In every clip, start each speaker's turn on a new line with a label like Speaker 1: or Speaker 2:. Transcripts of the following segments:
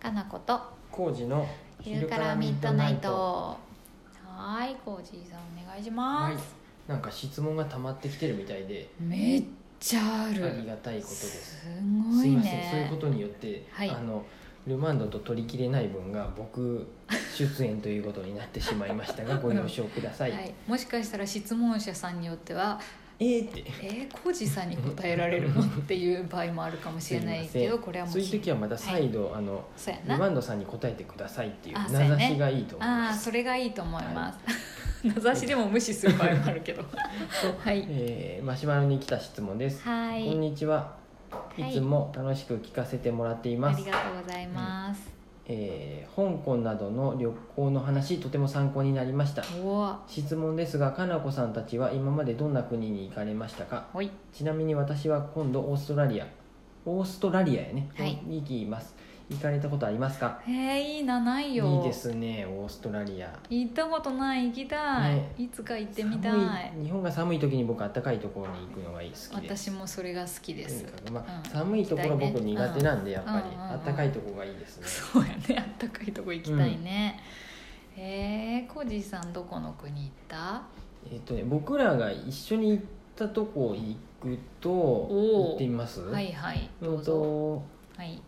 Speaker 1: かなこと
Speaker 2: 工事の
Speaker 1: 昼からミッドナイトはいコージーさんお願いしま
Speaker 2: はい
Speaker 1: す、
Speaker 2: なんか質問が溜まってきてるみたいで
Speaker 1: めっちゃあ
Speaker 2: あ
Speaker 1: る
Speaker 2: りがたいことです
Speaker 1: すご
Speaker 2: す
Speaker 1: いね
Speaker 2: いませんそういうことによって、
Speaker 1: はい
Speaker 2: あのルマンドと取りきれない分が 僕出演ということになってしまいましたがご了承ください、
Speaker 1: はい、もしかしたら質問者さんによっては
Speaker 2: えーって
Speaker 1: 「えー、コージーさんに答えられるの?」っていう場合もあるかもしれないけどこれはも
Speaker 2: そうういう時はまた再度、あの
Speaker 1: そうや
Speaker 2: ル
Speaker 1: な
Speaker 2: マンドさんに答えてくださいっていう
Speaker 1: あそう
Speaker 2: 名
Speaker 1: やね
Speaker 2: 指しがいいと思い
Speaker 1: あ
Speaker 2: ま
Speaker 1: あ
Speaker 2: す、
Speaker 1: それがいいと思います、 名指しでも無視する場合もあるけど はい
Speaker 2: えーマシュマロに来た質問です、
Speaker 1: は
Speaker 2: こん
Speaker 1: い
Speaker 2: にちは
Speaker 1: はい
Speaker 2: いつも楽しく聞かせてもらってい
Speaker 1: あ
Speaker 2: ます
Speaker 1: り、がとうございます、
Speaker 2: えー香港などの旅行の話とても参考になりました
Speaker 1: おお
Speaker 2: 質問ですがかなこさんたちは今までどんな国に行かれましたか
Speaker 1: ほい
Speaker 2: ちなみに私は今度オーストラリアオーストラリアやね、
Speaker 1: はい
Speaker 2: に行きます行かれたことありますか
Speaker 1: えー、いいなない
Speaker 2: い
Speaker 1: よ
Speaker 2: いですねオーストラリア
Speaker 1: 行ったことない行きたい、
Speaker 2: ね
Speaker 1: いつか行ってみたい
Speaker 2: 寒い日本が寒い時に僕暖かいところに行くのがいい好きで
Speaker 1: 私もそれが好きです
Speaker 2: とにかくまあ
Speaker 1: うん
Speaker 2: 寒いとこ
Speaker 1: 行
Speaker 2: ろ
Speaker 1: き
Speaker 2: 僕
Speaker 1: たいね
Speaker 2: 苦手なんでやっぱ
Speaker 1: うんうんうんう
Speaker 2: り
Speaker 1: ん
Speaker 2: 暖かいところがいいですね
Speaker 1: そうやねあ ったかいとこ行きたいね、えー、コージーさんどこの国行った
Speaker 2: えっとね僕らが一緒に行ったとこ行くと
Speaker 1: おー
Speaker 2: 行ってみます
Speaker 1: はいはいど
Speaker 2: うん
Speaker 1: うぞ、
Speaker 2: と
Speaker 1: はい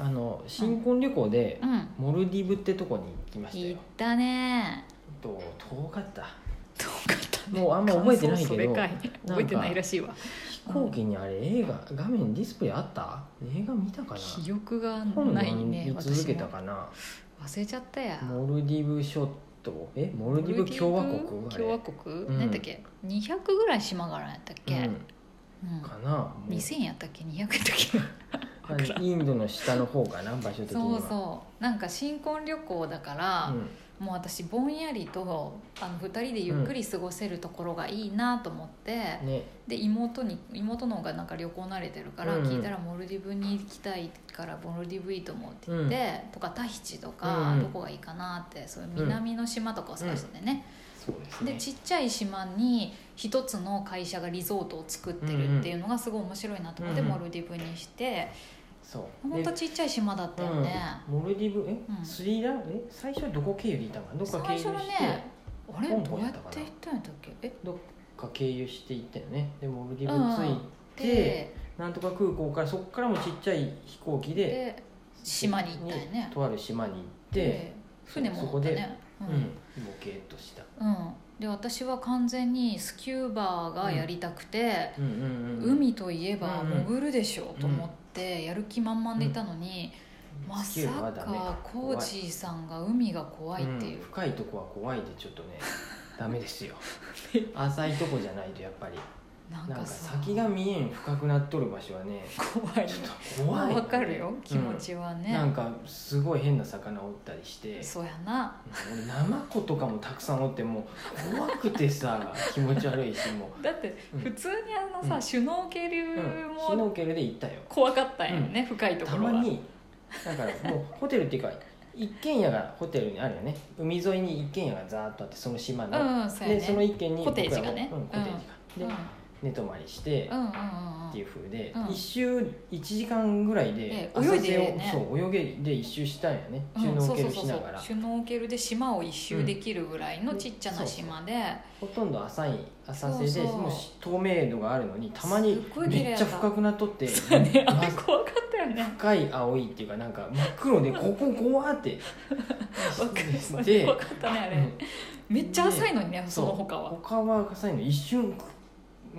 Speaker 2: あの新婚旅行で
Speaker 1: うん
Speaker 2: モルディブってとこに行きましたよ、
Speaker 1: 行ったね
Speaker 2: えっと遠かった
Speaker 1: 遠かったね
Speaker 2: もうあんま覚えてない
Speaker 1: 感想そ
Speaker 2: けど
Speaker 1: れかい覚えてないら
Speaker 2: しい
Speaker 1: しいわ
Speaker 2: 飛行機にあれ映画画面ディスプレイあった映画見たかな
Speaker 1: 記憶が
Speaker 2: 本
Speaker 1: ない
Speaker 2: 何
Speaker 1: ね
Speaker 2: 見
Speaker 1: 私
Speaker 2: 続け
Speaker 1: も
Speaker 2: たかな
Speaker 1: 忘れちゃったや
Speaker 2: モルディブ諸島えモルディブ共和国
Speaker 1: モルディブ
Speaker 2: あれ
Speaker 1: 共和国、
Speaker 2: うん
Speaker 1: 何だっけ200ぐらい島があるんやったっけ、うん
Speaker 2: うん、かなもう
Speaker 1: 2000やったっけ200やったっけ
Speaker 2: あのインドの下の方かな場所的に
Speaker 1: そ
Speaker 2: は
Speaker 1: うそうなんか新婚旅行だから、
Speaker 2: ん
Speaker 1: もう私ぼんやりとあの2人でゆっくり過ごせるところがいいなと思って、
Speaker 2: ね
Speaker 1: で妹に妹の方がなんか旅行慣れてるから、
Speaker 2: うん
Speaker 1: 聞いたらモルディブに行きたいからモルディブいいと思うって言って、とかタヒチとか、
Speaker 2: うん
Speaker 1: どこがいいかなってそういう南の島とかを探しててね、
Speaker 2: そうです
Speaker 1: で
Speaker 2: ね
Speaker 1: ちっちゃい島に一つの会社がリゾートを作ってるっていうのがすごい面白いなと思って、
Speaker 2: うんうん
Speaker 1: モルディブにして
Speaker 2: そう
Speaker 1: ほんと
Speaker 2: で
Speaker 1: ちっちゃい島だったよね、
Speaker 2: うん、モルディブえ、
Speaker 1: うん
Speaker 2: スリランえ最初どこ経由でいたのかどっか経
Speaker 1: 最
Speaker 2: 由し
Speaker 1: 初
Speaker 2: て、
Speaker 1: はねあれ
Speaker 2: 香
Speaker 1: ど
Speaker 2: 港
Speaker 1: うや
Speaker 2: や
Speaker 1: っ
Speaker 2: っ
Speaker 1: た
Speaker 2: かな
Speaker 1: て行ったんやったっけえ
Speaker 2: どっか経由していったよねでモルディブ
Speaker 1: うん
Speaker 2: 着いて、
Speaker 1: で
Speaker 2: なんとか空港からそこからもちっちゃい飛行機で
Speaker 1: で島に行ったよね
Speaker 2: とある島に行って、
Speaker 1: 船も乗ったねう、
Speaker 2: うんん、
Speaker 1: うん
Speaker 2: ボケーっとした
Speaker 1: で私は完全にスキューバーがやりたくて、
Speaker 2: うんうんうん
Speaker 1: 海といえば
Speaker 2: うんうん
Speaker 1: 潜るでしょうと思ってやる気満々でいたのに、ま
Speaker 2: スキューバ
Speaker 1: さ
Speaker 2: はダメ
Speaker 1: かコージーさんが海が怖いっていう
Speaker 2: うん、深いとこは怖いでちょっとね ダメですよ浅いとこじゃないとやっぱり
Speaker 1: なん
Speaker 2: なん
Speaker 1: か
Speaker 2: か
Speaker 1: さ
Speaker 2: 先が見えん深くなっとる場所はね
Speaker 1: 怖い
Speaker 2: ちょっと怖い
Speaker 1: わかるよ気持ちはね、
Speaker 2: なんかすごい変な魚おったりして
Speaker 1: そうやな
Speaker 2: 俺ナマコとかもたくさんおってもう怖く てさ気持ち悪いしも
Speaker 1: だって
Speaker 2: うん
Speaker 1: 普通にあのさ、
Speaker 2: うん
Speaker 1: シュノーケ
Speaker 2: う、
Speaker 1: ル
Speaker 2: うん、シュ
Speaker 1: も
Speaker 2: ノーケルで行ったよ
Speaker 1: 怖かったんよね、深いと
Speaker 2: た
Speaker 1: ころは
Speaker 2: まにだからもうホテルっていうか一軒家がホテルにあるよね海沿いに一軒家がザーッとあってその島の、
Speaker 1: うんそうやね
Speaker 2: でその一軒に
Speaker 1: コテージがね
Speaker 2: 僕らもうん、コテージ
Speaker 1: うん
Speaker 2: が、
Speaker 1: うん
Speaker 2: で寝泊まりして、
Speaker 1: うんうんうん
Speaker 2: っていう風で、
Speaker 1: うん
Speaker 2: 一周1時間ぐらいで
Speaker 1: ええ泳いで
Speaker 2: 浅瀬を
Speaker 1: ね
Speaker 2: そう泳ぎで一周したんよね、
Speaker 1: うん
Speaker 2: シュノーケル
Speaker 1: そうそう
Speaker 2: しな
Speaker 1: そう
Speaker 2: がら
Speaker 1: シュノーケルで島を一周できるぐらいのちっちゃな島で、
Speaker 2: ほとんど浅い浅瀬で
Speaker 1: そうそう
Speaker 2: もうし透明度があるのにたまに
Speaker 1: すっごい綺麗
Speaker 2: め
Speaker 1: や
Speaker 2: っ
Speaker 1: っ
Speaker 2: ち
Speaker 1: た
Speaker 2: ゃ深くなっとって
Speaker 1: そうやね あれ
Speaker 2: ま
Speaker 1: 怖かったよね
Speaker 2: 深い青いっていうかなんか真っ黒 でここ怖って
Speaker 1: わかるそれ
Speaker 2: で
Speaker 1: 怖かったねあれ、
Speaker 2: うん
Speaker 1: めっちゃ浅いのにね
Speaker 2: で
Speaker 1: その他は
Speaker 2: 他は浅いの一瞬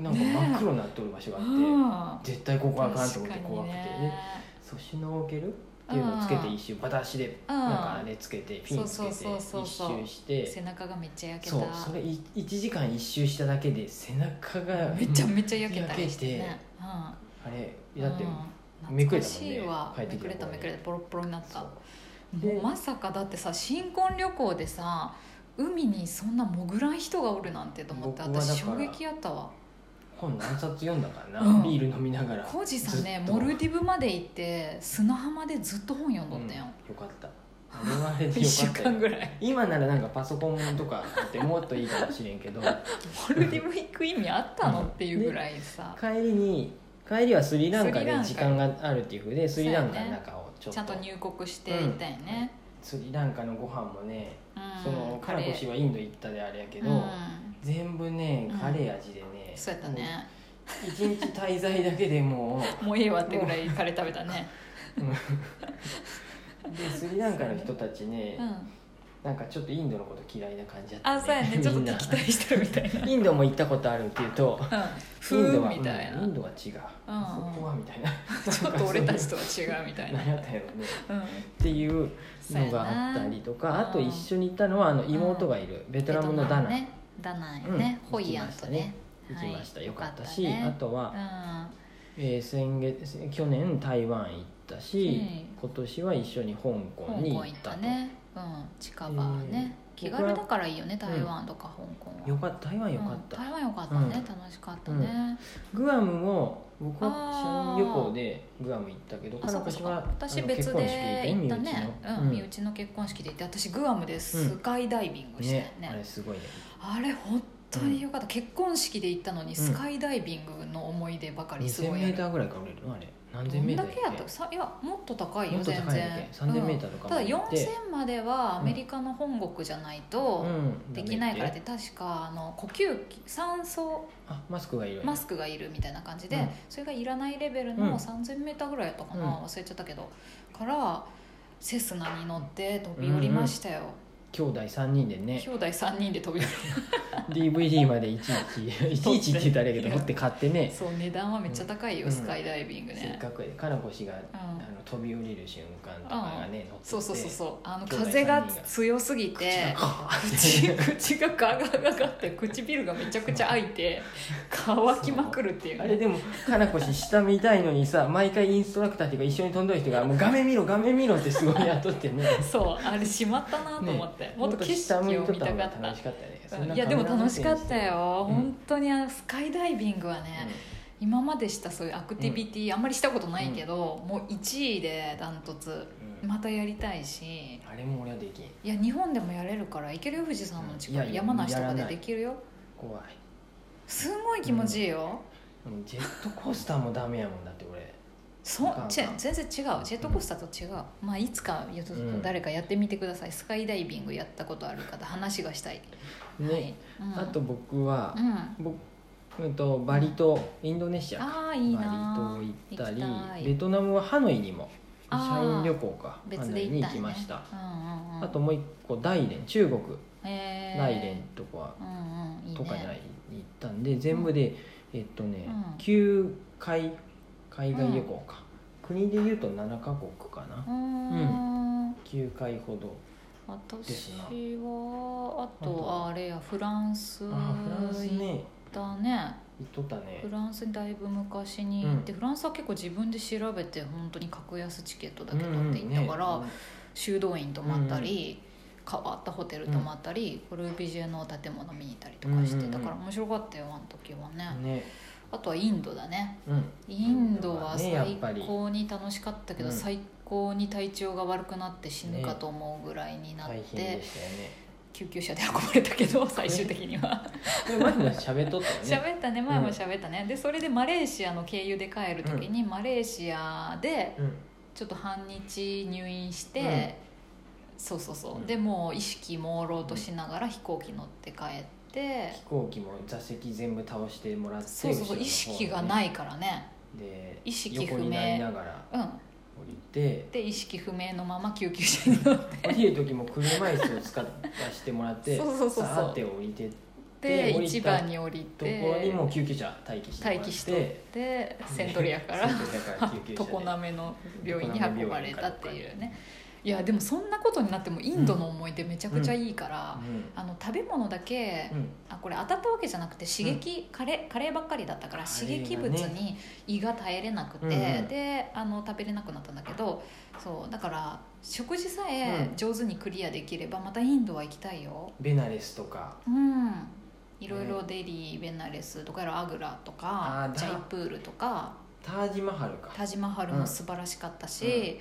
Speaker 2: なんか真っ黒になっとる場所があっ
Speaker 1: あ
Speaker 2: て、絶対ここあかんと
Speaker 1: 確
Speaker 2: 思っ
Speaker 1: か
Speaker 2: て
Speaker 1: に
Speaker 2: 怖くて
Speaker 1: ね
Speaker 2: ねそうシュノーケルっていうのをつけて一周バタ足で
Speaker 1: うん
Speaker 2: なんかあれつけてフィンつけて
Speaker 1: そうそうそう
Speaker 2: 一
Speaker 1: そう
Speaker 2: 周して
Speaker 1: 背中がめっちゃ焼けた
Speaker 2: そうそれい1時間一周しただけで背中が
Speaker 1: めちゃめちゃ焼けたりして
Speaker 2: 焼
Speaker 1: ね、
Speaker 2: あ
Speaker 1: う
Speaker 2: れ
Speaker 1: ん、
Speaker 2: だって
Speaker 1: うん
Speaker 2: めくれたもんね
Speaker 1: 懐かしいわ
Speaker 2: 帰って
Speaker 1: め
Speaker 2: きた
Speaker 1: くれため
Speaker 2: 頃ね
Speaker 1: くれたボロッボロになった
Speaker 2: そう
Speaker 1: も
Speaker 2: で
Speaker 1: うまさかだってさ新婚旅行でさ海にそんな潜らん人がおるなんてと思って
Speaker 2: 僕はだから
Speaker 1: 私衝撃やったわ
Speaker 2: 本何冊読んだかな、
Speaker 1: うん
Speaker 2: ビール飲みながら
Speaker 1: 浩二さんね
Speaker 2: ずっ
Speaker 1: モ
Speaker 2: と
Speaker 1: ルディブまで行って砂浜でずっと本読んどったよ、
Speaker 2: うんよか ったあれはあれでよかった
Speaker 1: 1週間ぐ
Speaker 2: い
Speaker 1: らい
Speaker 2: 今ならなんかパソコンとかあってもっといいかもしれ んけど
Speaker 1: モルディブ行く意味あったの
Speaker 2: うん
Speaker 1: っていうぐらいさ
Speaker 2: 帰りに帰りはスリラン
Speaker 1: ス
Speaker 2: カ
Speaker 1: リ
Speaker 2: で
Speaker 1: ランカ
Speaker 2: 時間があるっていうふうでスリランカの中をちょっと
Speaker 1: ちゃんと入国していったよね、
Speaker 2: スリランカのご飯もね、
Speaker 1: うん
Speaker 2: そのカラコシはインド行ったであれやけど、
Speaker 1: うん
Speaker 2: 全部ねカレー味でね、
Speaker 1: そうやったね
Speaker 2: もう一日滞在だけでも
Speaker 1: もうええわってぐらいカレー食べたね
Speaker 2: うでスリランカの人たち ね、
Speaker 1: うん
Speaker 2: なんかちょっとインドのこと嫌いな感じやった、
Speaker 1: あそうやねちょっと
Speaker 2: みんな
Speaker 1: 敵対してるみたい
Speaker 2: インドも行ったことあるっていうと
Speaker 1: なうん
Speaker 2: イ
Speaker 1: ふ
Speaker 2: ンド
Speaker 1: ー
Speaker 2: は
Speaker 1: んみたい
Speaker 2: うんイン
Speaker 1: な
Speaker 2: ドは違
Speaker 1: うん
Speaker 2: う、そこはみたいな
Speaker 1: ちょっと俺たちとは違うみたいな
Speaker 2: 何やったんやろね
Speaker 1: うん
Speaker 2: っていう
Speaker 1: そう
Speaker 2: の
Speaker 1: や
Speaker 2: があ
Speaker 1: な
Speaker 2: ったりとかあ
Speaker 1: うん
Speaker 2: と一緒に行ったのはあの妹がいるベトナムのダナ、
Speaker 1: ねダナンやね
Speaker 2: うん
Speaker 1: ホイアンとね
Speaker 2: 行きました、
Speaker 1: はい
Speaker 2: よかったし
Speaker 1: よか
Speaker 2: あ
Speaker 1: ったね
Speaker 2: とは、
Speaker 1: う
Speaker 2: えー先月去年台湾行ったし、
Speaker 1: うん
Speaker 2: 今年は一緒に香港
Speaker 1: ん
Speaker 2: に
Speaker 1: 香
Speaker 2: 行
Speaker 1: 港
Speaker 2: っ
Speaker 1: 行ったた
Speaker 2: と
Speaker 1: ねうん近場ね
Speaker 2: えー
Speaker 1: 気軽だからいいよね台湾とか香港は
Speaker 2: よかった台湾よか
Speaker 1: うん
Speaker 2: った、
Speaker 1: 台湾よかった
Speaker 2: う
Speaker 1: ね
Speaker 2: ん
Speaker 1: 楽しかったね
Speaker 2: グアムも僕は
Speaker 1: あー
Speaker 2: 社員旅行でグアム行ったけど
Speaker 1: あそうか
Speaker 2: 私
Speaker 1: そうか
Speaker 2: はあ
Speaker 1: 私
Speaker 2: の
Speaker 1: 別で行ったね
Speaker 2: 結婚式行った
Speaker 1: う
Speaker 2: よ
Speaker 1: ん
Speaker 2: 身
Speaker 1: 身
Speaker 2: 内
Speaker 1: 内の結婚式で行って私グアムでスカイダイビン
Speaker 2: の
Speaker 1: グ
Speaker 2: うん
Speaker 1: して
Speaker 2: ねあれ
Speaker 1: ね
Speaker 2: すごいね
Speaker 1: あれ本当によかった結婚式で行ったのにスカイダイビングの思い出ばかりすごいある
Speaker 2: 2000m ぐらいから降りるのあれ何
Speaker 1: ど
Speaker 2: 千メ
Speaker 1: ん
Speaker 2: ータ
Speaker 1: だ
Speaker 2: ー
Speaker 1: けや
Speaker 2: っ
Speaker 1: っ
Speaker 2: け
Speaker 1: たさいやもっと高い
Speaker 2: も
Speaker 1: よ
Speaker 2: っと
Speaker 1: 全
Speaker 2: 高いんだ
Speaker 1: 然
Speaker 2: っけ3000メーターと
Speaker 1: た
Speaker 2: か
Speaker 1: だ
Speaker 2: も行って
Speaker 1: 4000まではアメリカの本国じゃないと
Speaker 2: うん
Speaker 1: できないからっ
Speaker 2: ダメ
Speaker 1: て確かあの呼吸器酸素
Speaker 2: あマスクがいる
Speaker 1: マスクがいるみたいな感じで、
Speaker 2: うん
Speaker 1: それがいらないレベル
Speaker 2: うん
Speaker 1: の 3000m ぐらいやったかな、
Speaker 2: うん
Speaker 1: 忘れちゃったけどからセスナに乗って飛び降りましたよ、
Speaker 2: 兄弟3人でね
Speaker 1: 兄弟3人で飛び降り
Speaker 2: DVD までいちいちいちいちって言ったらあれやけど持って買ってね
Speaker 1: そう値段はめっちゃ高いよ、
Speaker 2: うん
Speaker 1: スカイダイビング
Speaker 2: せっ
Speaker 1: ね、
Speaker 2: かくやでかなこ氏が、あの飛び降りる瞬間とかがね、乗ってて
Speaker 1: そうそうそうそうあの
Speaker 2: 兄弟
Speaker 1: 風が
Speaker 2: 三人が
Speaker 1: 強すぎて口口がガガガガって唇がめちゃくちゃ開い て乾きまくるっていうね
Speaker 2: あれでもかなこ氏下見たいのにさ毎回インストラクターっていうか一緒に飛んどる人が「もう画面見ろ画面見ろ」ってすごい雇ってね
Speaker 1: そうあれしまったなと思って、 もっと景色
Speaker 2: 下向い
Speaker 1: を
Speaker 2: とっ
Speaker 1: 見
Speaker 2: た
Speaker 1: た
Speaker 2: 方
Speaker 1: か
Speaker 2: が
Speaker 1: った
Speaker 2: 楽しかったねそんな
Speaker 1: うんいやでも
Speaker 2: カメラ
Speaker 1: 楽
Speaker 2: 目
Speaker 1: し
Speaker 2: 線
Speaker 1: か
Speaker 2: に
Speaker 1: ってたよ、
Speaker 2: うん
Speaker 1: 本当にあのスカイダイビングはね、今までしたそういうアクティビティ、あんまりしたことないけど、もう1位でダントツ
Speaker 2: うん
Speaker 1: またやりたいし
Speaker 2: あれも俺はできん
Speaker 1: いや日本でもやれるから行けるよ富士山の近く、
Speaker 2: いやいや
Speaker 1: 山梨とか
Speaker 2: や
Speaker 1: で
Speaker 2: らない
Speaker 1: できるよ
Speaker 2: 怖い
Speaker 1: すごい気持ちいいよ、
Speaker 2: うんジェットコースターもダメやもんだって俺
Speaker 1: そ
Speaker 2: あかんあかん
Speaker 1: ち全然違うジェットコースターと違う、まあいつかよ
Speaker 2: うん
Speaker 1: 誰かやってみてくださいスカイダイビングやったことある方話がしたい、
Speaker 2: ね、
Speaker 1: はいうん
Speaker 2: あと僕は
Speaker 1: う、ん
Speaker 2: 僕うんとバリ島インドネシア
Speaker 1: ああいいな
Speaker 2: バリ島行
Speaker 1: 行
Speaker 2: った
Speaker 1: き
Speaker 2: り
Speaker 1: た
Speaker 2: ベ
Speaker 1: い
Speaker 2: トナムはハノイにも
Speaker 1: あー
Speaker 2: 社員旅行かハ
Speaker 1: 別
Speaker 2: ノ
Speaker 1: で
Speaker 2: イ
Speaker 1: 行
Speaker 2: に
Speaker 1: った
Speaker 2: 行
Speaker 1: んやね
Speaker 2: きました、
Speaker 1: うんうんうん、
Speaker 2: あともう一個大連中国
Speaker 1: えー
Speaker 2: 大連とか、
Speaker 1: うんうんいいね、
Speaker 2: とかに行ったんで全部で、えっとね、
Speaker 1: うん
Speaker 2: 9回海外旅行か、国でいうと7カ国かな、
Speaker 1: うーん
Speaker 2: 9回ほど
Speaker 1: 私
Speaker 2: すな
Speaker 1: はあ
Speaker 2: あと
Speaker 1: とあれやフランス
Speaker 2: あフランス
Speaker 1: 行っ
Speaker 2: ね
Speaker 1: たね
Speaker 2: 行っとったね
Speaker 1: フランスにだいぶ昔に行って、フランスは結構自分で調べて本当に格安チケットだけ取って行ったから、
Speaker 2: うんうんね
Speaker 1: 修道院泊まったり、変わったホテル泊まったり、コルビジェの建物見に行ったりとかして、
Speaker 2: うんうんうん
Speaker 1: だから面白かったよあの時はね、
Speaker 2: ね
Speaker 1: あとはインドだね
Speaker 2: うん
Speaker 1: インドは
Speaker 2: ねやっ
Speaker 1: 最
Speaker 2: ぱり
Speaker 1: 高に楽しかったけど、
Speaker 2: うん
Speaker 1: 最高に体調が悪くなって死ぬかと思うぐらいになっ
Speaker 2: 大
Speaker 1: て、
Speaker 2: 変でしたよね
Speaker 1: 救急車で運ばれたけど最終的には
Speaker 2: で前も喋っとったよね
Speaker 1: 喋ったね前も喋ったね、でそれでマレーシアの経由で帰る時に、マレーシアで
Speaker 2: うん
Speaker 1: ちょっと半日入院して、そうそうそう、
Speaker 2: うん
Speaker 1: でもう意識朦朧としながら飛行機乗って帰って
Speaker 2: 飛、行機も座席全部倒してもらって
Speaker 1: そうそうそう意識がないいからね
Speaker 2: で
Speaker 1: 意識不明
Speaker 2: 横になりながら
Speaker 1: うん
Speaker 2: 降りて
Speaker 1: で意識不明のまま救急車に乗って
Speaker 2: 降りる時も車椅子を使わせてもらって
Speaker 1: そうそうそうそう
Speaker 2: さーって降りてっ
Speaker 1: で
Speaker 2: で降りた
Speaker 1: 市場に降り
Speaker 2: ところに
Speaker 1: て
Speaker 2: もう救急車待機してもら
Speaker 1: 待
Speaker 2: っ
Speaker 1: 機
Speaker 2: て
Speaker 1: しておってセントリアから
Speaker 2: セントリアか ら 救急車で
Speaker 1: 常滑の病院に運ばれたっていうねいやでもそんなことになってもインドの思い出めちゃくちゃいいから、あの食べ物だけ、
Speaker 2: うん
Speaker 1: あこれ当たったわけじゃなくて刺激、カレーカレーばっかりだったから
Speaker 2: カ
Speaker 1: 刺
Speaker 2: レーがね
Speaker 1: 激物に胃が耐えれなくて、
Speaker 2: うんうん
Speaker 1: であの食べれなくなったんだけどそうだから食事さえ
Speaker 2: うん
Speaker 1: 上手にクリアできればまたインドは行きたいよ。
Speaker 2: ベナレスとか
Speaker 1: うんいろいろデリーベナレスとかアグラとか
Speaker 2: あー
Speaker 1: ジャイプールとか
Speaker 2: タージマハルか
Speaker 1: タージマハルも素晴らしかったし、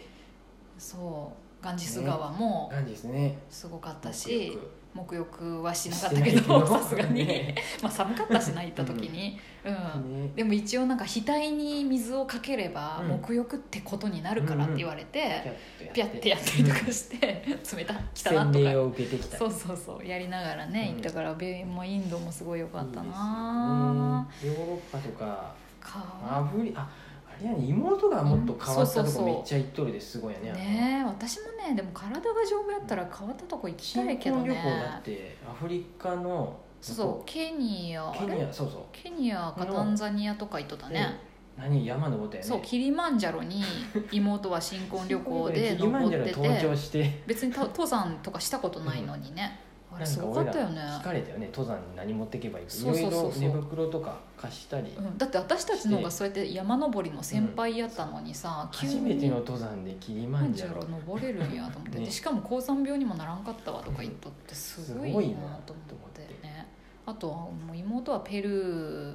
Speaker 1: そうガンジス川も
Speaker 2: 感じですね
Speaker 1: すごかった
Speaker 2: 沐
Speaker 1: し
Speaker 2: 浴
Speaker 1: 沐浴はしなかったけど
Speaker 2: してないけ ど
Speaker 1: さすがに、
Speaker 2: ね
Speaker 1: まあ寒かったしな行った時に、うん
Speaker 2: ね
Speaker 1: でも一応なんか額に水をかければ
Speaker 2: うん
Speaker 1: 沐浴ってことになるからって言われて、ピャッてやったりとかして、冷た来たな
Speaker 2: 洗
Speaker 1: と
Speaker 2: 礼
Speaker 1: か
Speaker 2: を受けてきた
Speaker 1: そうそうそうやりながらね
Speaker 2: うん
Speaker 1: 行ったから米もインドもすごい良かった
Speaker 2: うん
Speaker 1: な
Speaker 2: ヨーロッパとか
Speaker 1: か
Speaker 2: アフリああれやね妹がもっと変わった
Speaker 1: うんそうそ
Speaker 2: と
Speaker 1: うそ
Speaker 2: こ
Speaker 1: う
Speaker 2: めっちゃ行っとるですごいよね
Speaker 1: ねえ私もねでも体が丈夫やったら変わったとこ行き
Speaker 2: 新
Speaker 1: たいけど
Speaker 2: 婚旅
Speaker 1: ね
Speaker 2: 行だってアフリカの
Speaker 1: そうそうケニア
Speaker 2: ケ
Speaker 1: あ
Speaker 2: ニ
Speaker 1: れ
Speaker 2: アそうそう
Speaker 1: ケニアかタンザニアとか行っとったね、
Speaker 2: うん何山登ったよね
Speaker 1: そうキリマンジャロ に妹は新婚旅行で
Speaker 2: キリマンジ
Speaker 1: 登
Speaker 2: ャロ
Speaker 1: っ
Speaker 2: に
Speaker 1: て
Speaker 2: 登
Speaker 1: て
Speaker 2: 頂して
Speaker 1: 別にた登山とかしたことないのにね、あ
Speaker 2: な
Speaker 1: れ
Speaker 2: ん
Speaker 1: す
Speaker 2: か
Speaker 1: ごか
Speaker 2: 俺
Speaker 1: ったよ
Speaker 2: ら
Speaker 1: ね
Speaker 2: 聞かれたよね登山に何持ってけばいいかい
Speaker 1: そう
Speaker 2: ろ
Speaker 1: そうそう
Speaker 2: いろ
Speaker 1: そう
Speaker 2: 寝袋とか貸したり
Speaker 1: うんだって私たちの方がそうやって山登りの先輩やったのにさ、急
Speaker 2: 初めて
Speaker 1: に
Speaker 2: の登山でキリマ
Speaker 1: 何
Speaker 2: ンジ
Speaker 1: 十
Speaker 2: ャ
Speaker 1: ロ
Speaker 2: ロ
Speaker 1: 登れるんやと思って、
Speaker 2: ね
Speaker 1: でしかも高山病にもならんかったわとか言っとってすごいな
Speaker 2: すごいな
Speaker 1: と思ってねあとはもう妹はペルー
Speaker 2: ナ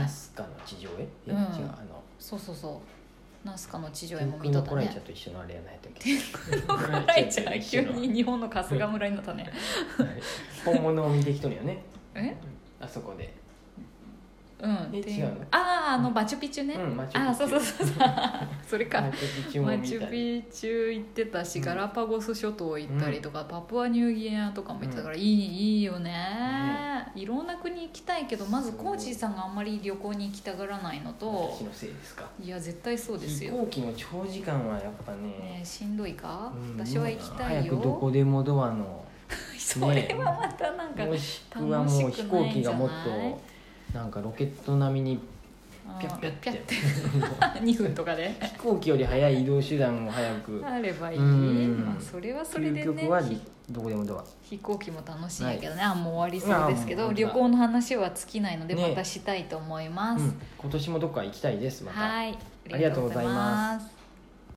Speaker 1: ね
Speaker 2: スカの地上へえ違
Speaker 1: う
Speaker 2: うんあの
Speaker 1: そうそうそうナスカの地上絵
Speaker 2: 天
Speaker 1: も見
Speaker 2: 空
Speaker 1: と
Speaker 2: の
Speaker 1: っ
Speaker 2: コ
Speaker 1: た
Speaker 2: ライチャ
Speaker 1: ね
Speaker 2: と一緒のあれやないとき
Speaker 1: コライチャ急に日本の春日村になったね
Speaker 2: 本物を見てきとるよね
Speaker 1: え
Speaker 2: あそこで
Speaker 1: うん
Speaker 2: え
Speaker 1: ってい
Speaker 2: 違うの
Speaker 1: あああのマチュピチュね、
Speaker 2: うんマチュ
Speaker 1: ああ
Speaker 2: ピチュ
Speaker 1: そうそうそうそう それか
Speaker 2: マチュピチュも
Speaker 1: マ
Speaker 2: 見
Speaker 1: チ
Speaker 2: た
Speaker 1: ュ
Speaker 2: り
Speaker 1: ピチュ行ってたし、
Speaker 2: うん
Speaker 1: ガラパゴス諸島行ったりとか、パプアニューギニアとかも行ってたから、いいいいよねいろんな国行きたいけどまず
Speaker 2: すごい
Speaker 1: コーチーさんがあんまり旅行に行きたがらないのと
Speaker 2: 私のせいですか
Speaker 1: いや絶対そうです
Speaker 2: 飛
Speaker 1: よ、
Speaker 2: 行機の長時間はやっぱ
Speaker 1: ね
Speaker 2: ね
Speaker 1: え、しんどいか、
Speaker 2: うん
Speaker 1: 私は行きたい
Speaker 2: 早くど
Speaker 1: よ
Speaker 2: こでもドアの
Speaker 1: それはまたなんか、
Speaker 2: もしくはもう飛行機がもっ
Speaker 1: 楽しくないんじ
Speaker 2: となんかロケット並みに
Speaker 1: うん
Speaker 2: ピャッピャッて
Speaker 1: ピャッて 2分とかで
Speaker 2: 飛行機より早い移動手段を早く
Speaker 1: あればいい、
Speaker 2: うん
Speaker 1: まあ、それはそれで
Speaker 2: 究
Speaker 1: ね
Speaker 2: 極はりどこでもドア
Speaker 1: 飛行機も楽しいんやけどね、あもう終わりそうですけ
Speaker 2: あも
Speaker 1: ど
Speaker 2: う
Speaker 1: 旅行の話は尽きないので
Speaker 2: ね
Speaker 1: またしたいと思いま
Speaker 2: う
Speaker 1: す、
Speaker 2: ん今年もどっか行きたいですまた
Speaker 1: はい
Speaker 2: ありがとうございます
Speaker 1: す